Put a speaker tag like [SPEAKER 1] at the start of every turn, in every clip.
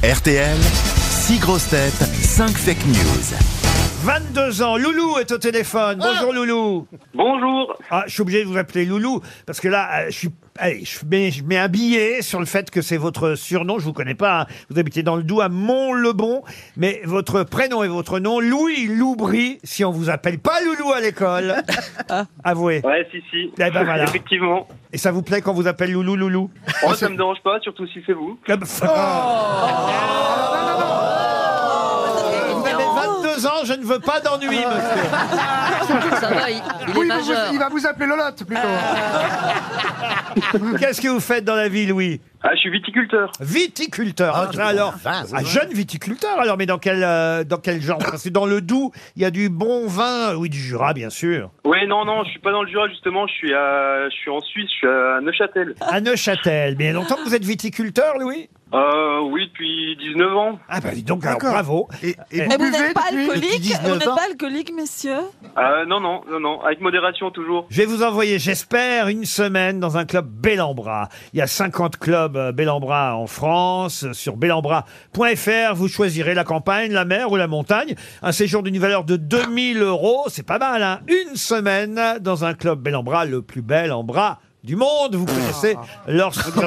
[SPEAKER 1] RTL, 6 grosses têtes, 5 fake news.
[SPEAKER 2] 22 ans, Loulou est au téléphone. Bonjour Loulou.
[SPEAKER 3] Bonjour.
[SPEAKER 2] Ah, je suis obligé de vous appeler Loulou parce que là, euh, je suis. Allez, je mets, je mets un billet sur le fait que c'est votre surnom. Je vous connais pas. hein. Vous habitez dans le Doubs à Mont-le-Bon, mais votre prénom et votre nom, Louis Loubry, si on vous appelle pas Loulou à l'école. Avouez.
[SPEAKER 3] Ouais, si, si.
[SPEAKER 2] Eh ben voilà.
[SPEAKER 3] Effectivement.
[SPEAKER 2] Et ça vous plaît quand vous appelle Loulou Loulou
[SPEAKER 3] Moi, ça me dérange pas, surtout si c'est vous.
[SPEAKER 2] Comme ça. Vous avez 22 ans, je ne veux pas d'ennui, monsieur.
[SPEAKER 4] Ça va, il, Ah, il est
[SPEAKER 5] Oui, mais vous-
[SPEAKER 4] majeur.
[SPEAKER 5] il va vous appeler Lolotte plutôt.
[SPEAKER 2] Qu'est-ce que vous faites dans la vie, Louis
[SPEAKER 3] Ah, je suis viticulteur.
[SPEAKER 2] Viticulteur.
[SPEAKER 1] Ah,
[SPEAKER 2] hein,
[SPEAKER 1] tu
[SPEAKER 2] ça, alors,
[SPEAKER 1] vois, la vache.
[SPEAKER 2] un jeune viticulteur. Alors, mais dans quel euh, dans quel genre Parce que dans le Doubs, il y a du bon vin, oui, du Jura, bien sûr.
[SPEAKER 3] Ouais, non, non, je suis pas dans le Jura, justement. Je suis, à... je suis en Suisse, je suis à Neuchâtel.
[SPEAKER 2] À Neuchâtel. Mais il y a longtemps que vous êtes viticulteur, Louis
[SPEAKER 3] Euh, oui, depuis 19 ans.
[SPEAKER 2] Ah bah dis donc, alors,
[SPEAKER 5] D'accord.
[SPEAKER 2] bravo.
[SPEAKER 5] Et, et
[SPEAKER 6] Mais
[SPEAKER 5] vous
[SPEAKER 6] vous
[SPEAKER 5] buvez
[SPEAKER 6] n'êtes pas
[SPEAKER 5] depuis
[SPEAKER 6] alcoolique,
[SPEAKER 1] 19
[SPEAKER 6] vous n'êtes
[SPEAKER 1] ans.
[SPEAKER 6] pas alcoolique, messieurs.
[SPEAKER 3] Euh, non, non, non, non. Avec modération, toujours.
[SPEAKER 2] Je vais vous envoyer, j'espère, une semaine dans un club Bellambra. Il y a 50 clubs euh, Bellambra en France. Euh, Sur bellambra.fr, vous choisirez la campagne, la mer ou la montagne. Un séjour d'une valeur de 2000 euros, c'est pas mal, hein Une semaine dans un club Bellambra, le plus bel en bras du monde, vous connaissez lorsque...
[SPEAKER 5] pour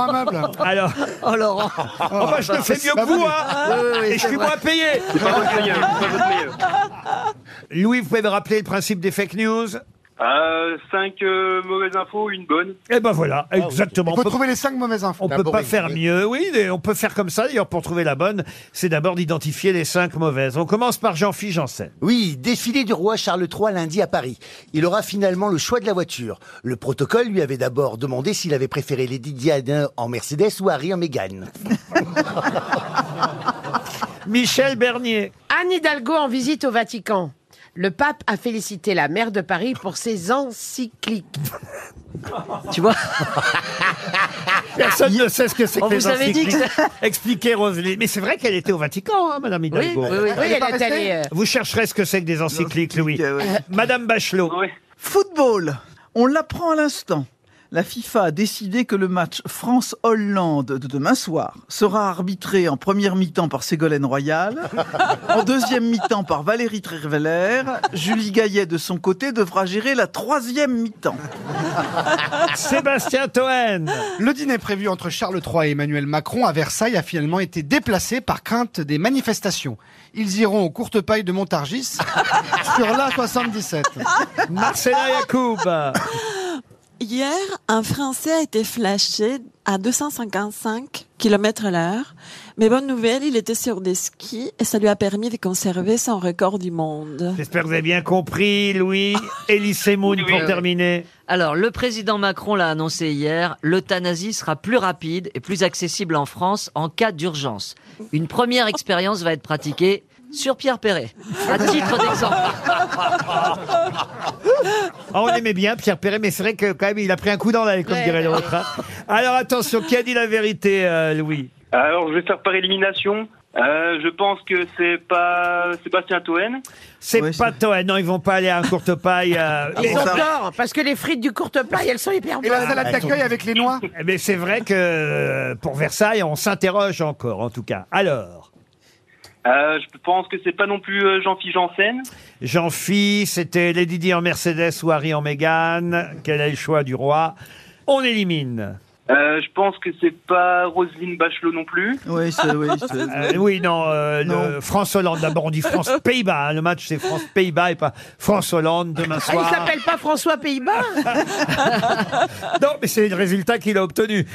[SPEAKER 5] un meuble.
[SPEAKER 2] Alors,
[SPEAKER 4] Oh Laurent,
[SPEAKER 2] enfin, je le fais mieux que vous, hein Et je suis moins payé
[SPEAKER 3] C'est pas votre meilleur. c'est pas votre meilleur.
[SPEAKER 2] Louis, vous pouvez me rappeler le principe des fake news
[SPEAKER 3] Euh, 5 mauvaises infos, une bonne.
[SPEAKER 2] Eh ben voilà, exactement.
[SPEAKER 5] Il faut trouver les cinq mauvaises infos.
[SPEAKER 2] On peut pas faire mieux. Oui, mais on peut faire comme ça. D'ailleurs, pour trouver la bonne, c'est d'abord d'identifier les cinq mauvaises. On commence par Jean-Philippe Janssen.
[SPEAKER 7] Oui, défilé du roi Charles III lundi à Paris. Il aura finalement le choix de la voiture. Le protocole lui avait d'abord demandé s'il avait préféré Lady Diana en Mercedes ou Harry en Mégane.
[SPEAKER 2] Michel Bernier.
[SPEAKER 8] Anne Hidalgo en visite au Vatican. Le pape a félicité la maire de Paris pour ses encycliques.
[SPEAKER 4] tu vois,
[SPEAKER 2] Personne ne sait ce que c'est que
[SPEAKER 4] On
[SPEAKER 2] les
[SPEAKER 4] vous avait dit que
[SPEAKER 2] encycliques. Expliquez, Roselyne. Mais c'est vrai qu'elle était au Vatican, hein, Madame Hidalgo.
[SPEAKER 8] Oui,
[SPEAKER 5] Elle est
[SPEAKER 8] elle
[SPEAKER 5] pas
[SPEAKER 8] est
[SPEAKER 5] restée
[SPEAKER 8] allée. euh,
[SPEAKER 2] Vous chercherez ce que c'est que des encycliques, Louis. Madame Bachelot.
[SPEAKER 3] Ouais.
[SPEAKER 9] Football, on l'apprend à l'instant. La FIFA a décidé que le match France-Hollande de demain soir sera arbitré en première mi-temps par Ségolène Royal, en deuxième mi-temps par Valérie Trierweiler. Julie Gaillet, de son côté, devra gérer la troisième mi-temps.
[SPEAKER 2] Sébastien Toen.
[SPEAKER 5] Le dîner prévu entre Charles III et Emmanuel Macron à Versailles a finalement été déplacé par crainte des manifestations. Ils iront aux courtes pailles de Montargis sur l'A77.
[SPEAKER 2] Marcella Yacoub.
[SPEAKER 6] Hier, un Français a été flashé à 255 km l'heure. Mais bonne nouvelle, il était sur des skis et ça lui a permis de conserver son record du monde.
[SPEAKER 2] J'espère que vous avez bien compris, Louis. Élysée Moon
[SPEAKER 3] Oui,
[SPEAKER 2] pour
[SPEAKER 3] oui.
[SPEAKER 2] terminer.
[SPEAKER 4] Alors, le président Macron l'a annoncé hier, l'euthanasie sera plus rapide et plus accessible en France en cas d'urgence. Une première expérience va être pratiquée sur Pierre Perret. À titre d'exemple.
[SPEAKER 2] Ah, on aimait bien Pierre Perret, mais c'est vrai que quand même, il a pris un coup dans l'œil, comme
[SPEAKER 8] Ouais,
[SPEAKER 2] dirait
[SPEAKER 8] ouais.
[SPEAKER 2] l'autre. hein. Alors attention, qui a dit la vérité, euh, Louis
[SPEAKER 3] Alors, je vais faire par élimination. Euh, je pense que c'est pas Sébastien Toen.
[SPEAKER 2] C'est
[SPEAKER 9] Ouais, Ah
[SPEAKER 2] pas toi. Non, ils vont pas aller à un courte paille. euh, mais
[SPEAKER 8] Ils ont tort, parce que les frites du courte paille, elles sont hyper
[SPEAKER 5] Et la
[SPEAKER 8] bonnes.
[SPEAKER 5] salade d'accueil avec les noix
[SPEAKER 2] mais eh c'est vrai que euh, pour Versailles, on s'interroge encore, en tout cas. Alors,
[SPEAKER 3] Euh, je pense que c'est pas non plus euh, Jean-Philippe Janssen.
[SPEAKER 2] Jean-Phi, c'était Lady Di en Mercedes ou Harry en Mégane. Quel est le choix du roi On élimine.
[SPEAKER 3] Euh, je pense que c'est pas Roselyne Bachelot non plus.
[SPEAKER 9] Oui, c'est- oui, c'est-
[SPEAKER 2] Euh, oui, non, euh,
[SPEAKER 9] Non.
[SPEAKER 2] le France-Hollande. D'abord, on dit France-Pays-Bas. hein. Le match, c'est France-Pays-Bas et pas France-Hollande demain
[SPEAKER 8] Ah, il
[SPEAKER 2] soir.
[SPEAKER 8] s'appelle pas François Pays-Bas
[SPEAKER 2] Non, mais c'est le résultat qu'il a obtenu.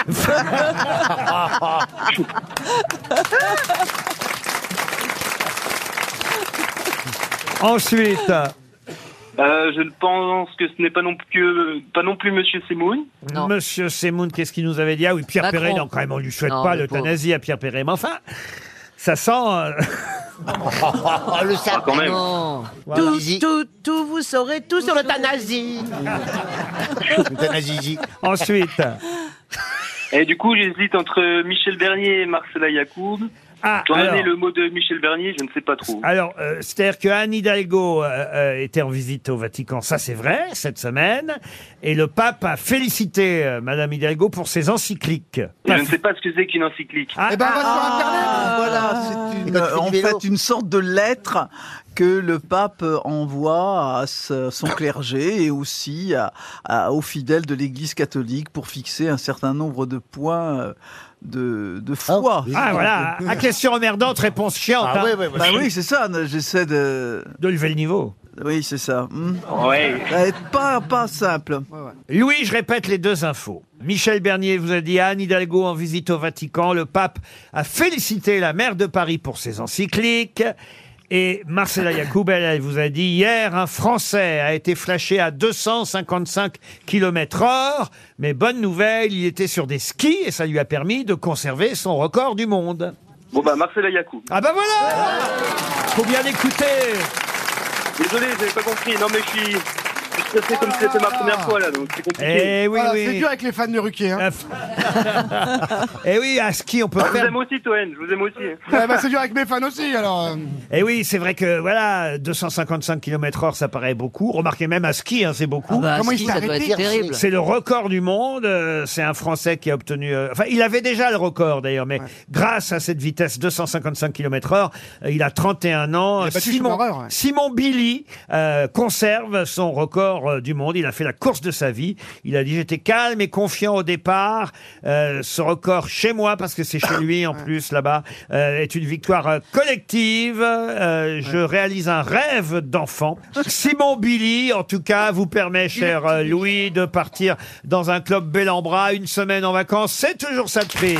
[SPEAKER 2] Ensuite,
[SPEAKER 3] Euh, je ne pense que ce n'est pas non plus euh, pas non plus Monsieur Semoun.
[SPEAKER 4] Non.
[SPEAKER 2] Monsieur Semoun, qu'est-ce qu'il nous avait dit Ah oui, Pierre
[SPEAKER 4] Macron.
[SPEAKER 2] Perret, non, quand même, on lui souhaite
[SPEAKER 4] Non,
[SPEAKER 2] pas
[SPEAKER 4] le pauvre.
[SPEAKER 2] l'euthanasie à Pierre Perret. Mais enfin, ça sent. euh,
[SPEAKER 3] Ah, quand même.
[SPEAKER 4] Non.
[SPEAKER 8] Tout, tout, tout, vous saurez tout sur l'euthanasie.
[SPEAKER 2] Ensuite,
[SPEAKER 3] Et du coup, j'hésite entre Michel Bernier et Marcela Yacoub.
[SPEAKER 2] Ah,
[SPEAKER 3] Donnez
[SPEAKER 2] alors.
[SPEAKER 3] le mot de Michel Bernier, je ne sais pas trop.
[SPEAKER 2] Alors, euh, c'est-à-dire que Anne Hidalgo euh, euh, était en visite au Vatican, ça c'est vrai, cette semaine, et le pape a félicité euh, Madame Hidalgo pour ses encycliques.
[SPEAKER 3] Et je ne sais pas ce que c'est qu'une encyclique.
[SPEAKER 2] Ah,
[SPEAKER 5] Eh ben, on va sur Internet
[SPEAKER 9] Ah, voilà, c'est
[SPEAKER 7] Quand tu fais
[SPEAKER 9] une,
[SPEAKER 7] du
[SPEAKER 9] en
[SPEAKER 7] Eh ben, vélo.
[SPEAKER 9] fait une sorte de lettre que le pape envoie à ce- son clergé et aussi à- à- aux fidèles de l'Église catholique pour fixer un certain nombre de points euh, de, de foi.
[SPEAKER 7] Ah,
[SPEAKER 2] ah, voilà, à question emmerdante, réponse chiante, hein,
[SPEAKER 7] Ah, ouais, ouais, ouais.
[SPEAKER 9] Bah oui, c'est ça, j'essaie de...
[SPEAKER 2] de lever le niveau.
[SPEAKER 9] Oui, c'est ça. Hmm.
[SPEAKER 3] Ouais.
[SPEAKER 9] Euh, Pas, pas simple.
[SPEAKER 2] Louis, je répète les deux infos. Michel Bernier vous a dit Anne Hidalgo en visite au Vatican. Le pape a félicité la maire de Paris pour ses encycliques. Et Marcela Yacoub, elle, elle vous a dit hier, un Français a été flashé à 255 km heure. Mais bonne nouvelle, il était sur des skis et ça lui a permis de conserver son record du monde.
[SPEAKER 3] Bon bah Marcela Yacoub.
[SPEAKER 2] Ah ben voilà Faut bien l'écouter
[SPEAKER 3] Désolé, j'avais pas compris. Non mais je suis. Je suis stressé comme si c'était ma première fois là, donc c'est compliqué.
[SPEAKER 2] Eh oui,
[SPEAKER 5] Voilà, C'est
[SPEAKER 2] oui.
[SPEAKER 5] dur avec les fans de Ruquier. hein.
[SPEAKER 2] Eh oui, à ski, on peut
[SPEAKER 3] Ah,
[SPEAKER 5] Ah,
[SPEAKER 3] Je vous
[SPEAKER 2] faire
[SPEAKER 3] aime aussi, Toen, je vous aime aussi.
[SPEAKER 5] Eh ben, c'est dur avec mes fans aussi, alors. euh.
[SPEAKER 2] Et Eh oui, c'est vrai que voilà, 255 km heure, ça paraît beaucoup. Remarquez même à ski, hein, c'est beaucoup.
[SPEAKER 5] Comment il
[SPEAKER 4] Bah, si,
[SPEAKER 5] s'est
[SPEAKER 4] ça doit
[SPEAKER 5] arrêté,
[SPEAKER 4] être terrible.
[SPEAKER 2] C'est le record du monde. euh, C'est un Français qui a obtenu. euh, enfin, il avait déjà le record d'ailleurs, mais grâce à cette vitesse 255 km/h, euh, il a 31 ans.
[SPEAKER 5] Il a
[SPEAKER 2] Euh,
[SPEAKER 5] battu
[SPEAKER 2] Simon,
[SPEAKER 5] Schumacher, ouais.
[SPEAKER 2] Simon Billy euh, conserve son record euh, du monde. Il a fait la course de sa vie. Il a dit j'étais calme et confiant au départ. Euh, ce record chez moi parce que c'est chez lui en plus là-bas euh, est une victoire euh, collective. Euh, Je réalise un rêve d'enfant. Simon Billy, en tout cas, vous permet, cher euh, Louis, de partir dans un club bel en bras une semaine en vacances. C'est toujours ça de prix.